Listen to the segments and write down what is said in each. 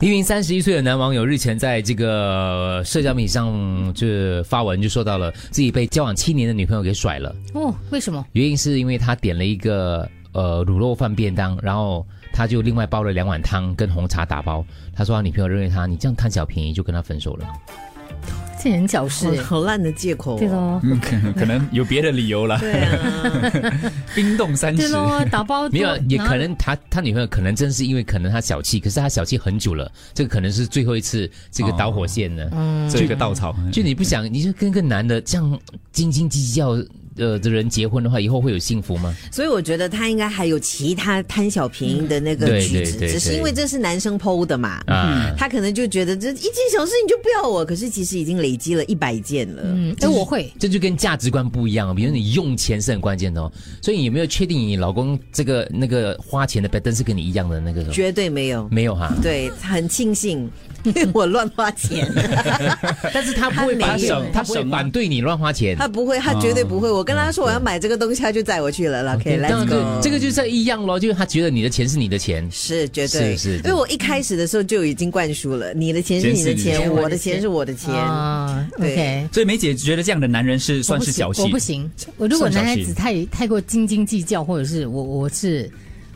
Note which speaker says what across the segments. Speaker 1: 一名三十一岁的男网友日前在这个社交媒体上就发文，就说到了自己被交往七年的女朋友给甩了，
Speaker 2: 哦，为什么？
Speaker 1: 原因是因为他点了一个呃卤肉饭便当，然后他就另外包了两碗汤跟红茶打包。他说他女朋友认为他你这样贪小便宜，就跟他分手了。
Speaker 2: 这人狡
Speaker 3: 好
Speaker 2: 饰，
Speaker 3: 好烂的借口、
Speaker 2: 对喽，
Speaker 3: 哦。
Speaker 4: 嗯，可可能有别的理由了。
Speaker 3: 对 啊，
Speaker 4: 冰冻三
Speaker 2: 对
Speaker 4: 尺，
Speaker 2: 喽，打包
Speaker 1: 没有，也
Speaker 2: 拿
Speaker 1: 可能他他女朋友可能真是因为可能他小气，可是他小气很久了，这个可能是最后一次这个导火线了。
Speaker 2: 嗯，
Speaker 4: 这个稻草，
Speaker 1: 就你不想，你就跟个男的这样斤斤计较呃的人结婚的话，以后会有幸福吗？
Speaker 3: 所以我觉得他应该还有其他贪小便宜的那个
Speaker 1: 嗯对
Speaker 3: 举
Speaker 1: 对
Speaker 3: 止，
Speaker 1: 对
Speaker 3: 只是
Speaker 1: 对
Speaker 3: 因为这是男生剖的嘛。
Speaker 1: 啊、
Speaker 3: 他可能就觉得这一件小事你就不要我，可是其实已经累积了一百件了。
Speaker 2: 嗯，哎，我会，
Speaker 1: 这就跟价值观不一样。比如你用钱是很关键的哦，所以你有没有确定你老公这个那个花钱的 p a t 是跟你一样的那个？
Speaker 3: 绝对没有。
Speaker 1: 没有哈、
Speaker 3: 对，很庆幸 我乱花钱，
Speaker 1: 但是他不会
Speaker 3: 他
Speaker 1: 反
Speaker 3: 没有
Speaker 1: 省，他不会
Speaker 4: 省吗
Speaker 1: 反对你乱花钱。
Speaker 3: 他不会，他绝对不会。我跟他说我要买这个东西，他就载我去了啦。OK，来
Speaker 1: 当然这个
Speaker 3: go。
Speaker 1: 这个就是一样咯，就是他觉得你的钱是你的钱，
Speaker 3: 是绝对，
Speaker 1: 是是
Speaker 3: 因为我一开始的时候就已经灌输了，你的钱是你的
Speaker 4: 钱是你
Speaker 3: 钱，
Speaker 4: 的
Speaker 3: 我的钱是我的钱。
Speaker 2: 啊
Speaker 3: 对
Speaker 2: ，OK。
Speaker 4: 所以梅姐觉得这样的男人是算是小气，
Speaker 2: 我不行，我如果
Speaker 4: 算小
Speaker 2: 男
Speaker 4: 气
Speaker 2: 孩子太太过斤斤计较，或者是我我是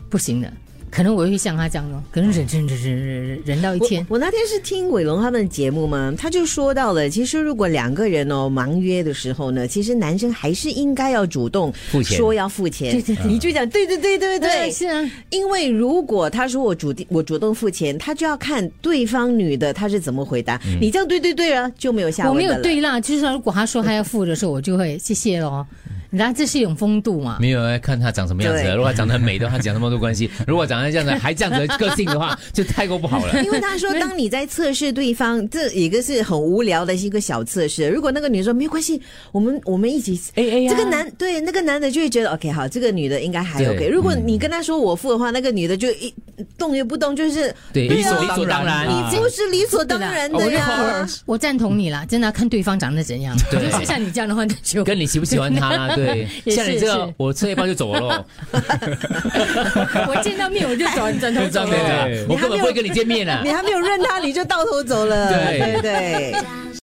Speaker 2: 不行的，可能我会像他这样咯，可能忍忍忍忍忍忍忍到一
Speaker 3: 我
Speaker 2: 天，
Speaker 3: 我那天是听伟龙他们的节目嘛，他就说到了，其实如果两个人哦忙约的时候呢，其实男生还是应该要主动
Speaker 1: 付钱
Speaker 3: 说要付钱，
Speaker 2: 对对对
Speaker 3: 你就讲对对对对对，
Speaker 2: 是啊，
Speaker 3: 因为如果他说我主动我主动付钱，他就要看对方女的她是怎么回答。你这样对对对啊，就没有下
Speaker 2: 我
Speaker 3: 文
Speaker 2: 没
Speaker 3: 的
Speaker 2: 有
Speaker 3: 了。
Speaker 2: 对啦，就是说如果他说他要付的时候，我就会谢谢咯，你知道这是一种风度嘛，
Speaker 1: 没有要看他长什么样子啊
Speaker 3: 对
Speaker 1: 的。如果他长得很美的话，讲什么都关系；如果长得这样子还这样子的个性的话，就太过不好了。
Speaker 3: 因为他说，当你在测试对方，这一个是很无聊的一个小测试。如果那个女说没有关系，我们我们一起
Speaker 2: 哎
Speaker 1: A
Speaker 3: 这个男对那个男的就会觉得 OK 好，这个女的应该还
Speaker 1: 对
Speaker 3: OK。如果你跟他说我付的话，那个女的就一动也不动，就是
Speaker 1: 对
Speaker 3: 对
Speaker 1: 理
Speaker 3: 啊
Speaker 1: 所理所当然，
Speaker 4: 啊
Speaker 3: 你就是理所当然的呀。
Speaker 2: 我赞同你啦，真的要看对方长得怎样，
Speaker 1: 对
Speaker 2: 就是像你这样的话，那 就
Speaker 1: 跟你喜不喜欢他啦。对，
Speaker 2: 也是
Speaker 1: 像你这个
Speaker 2: 也是，
Speaker 1: 我吃一包就走了 咯，
Speaker 2: 我见到面我就转转头
Speaker 1: 就这
Speaker 2: 走
Speaker 1: 样
Speaker 2: 了。
Speaker 1: 子，我根本不会跟你见面啊
Speaker 3: 你。还没有认他，你就到头走了。
Speaker 1: 对
Speaker 3: 对对。
Speaker 5: 假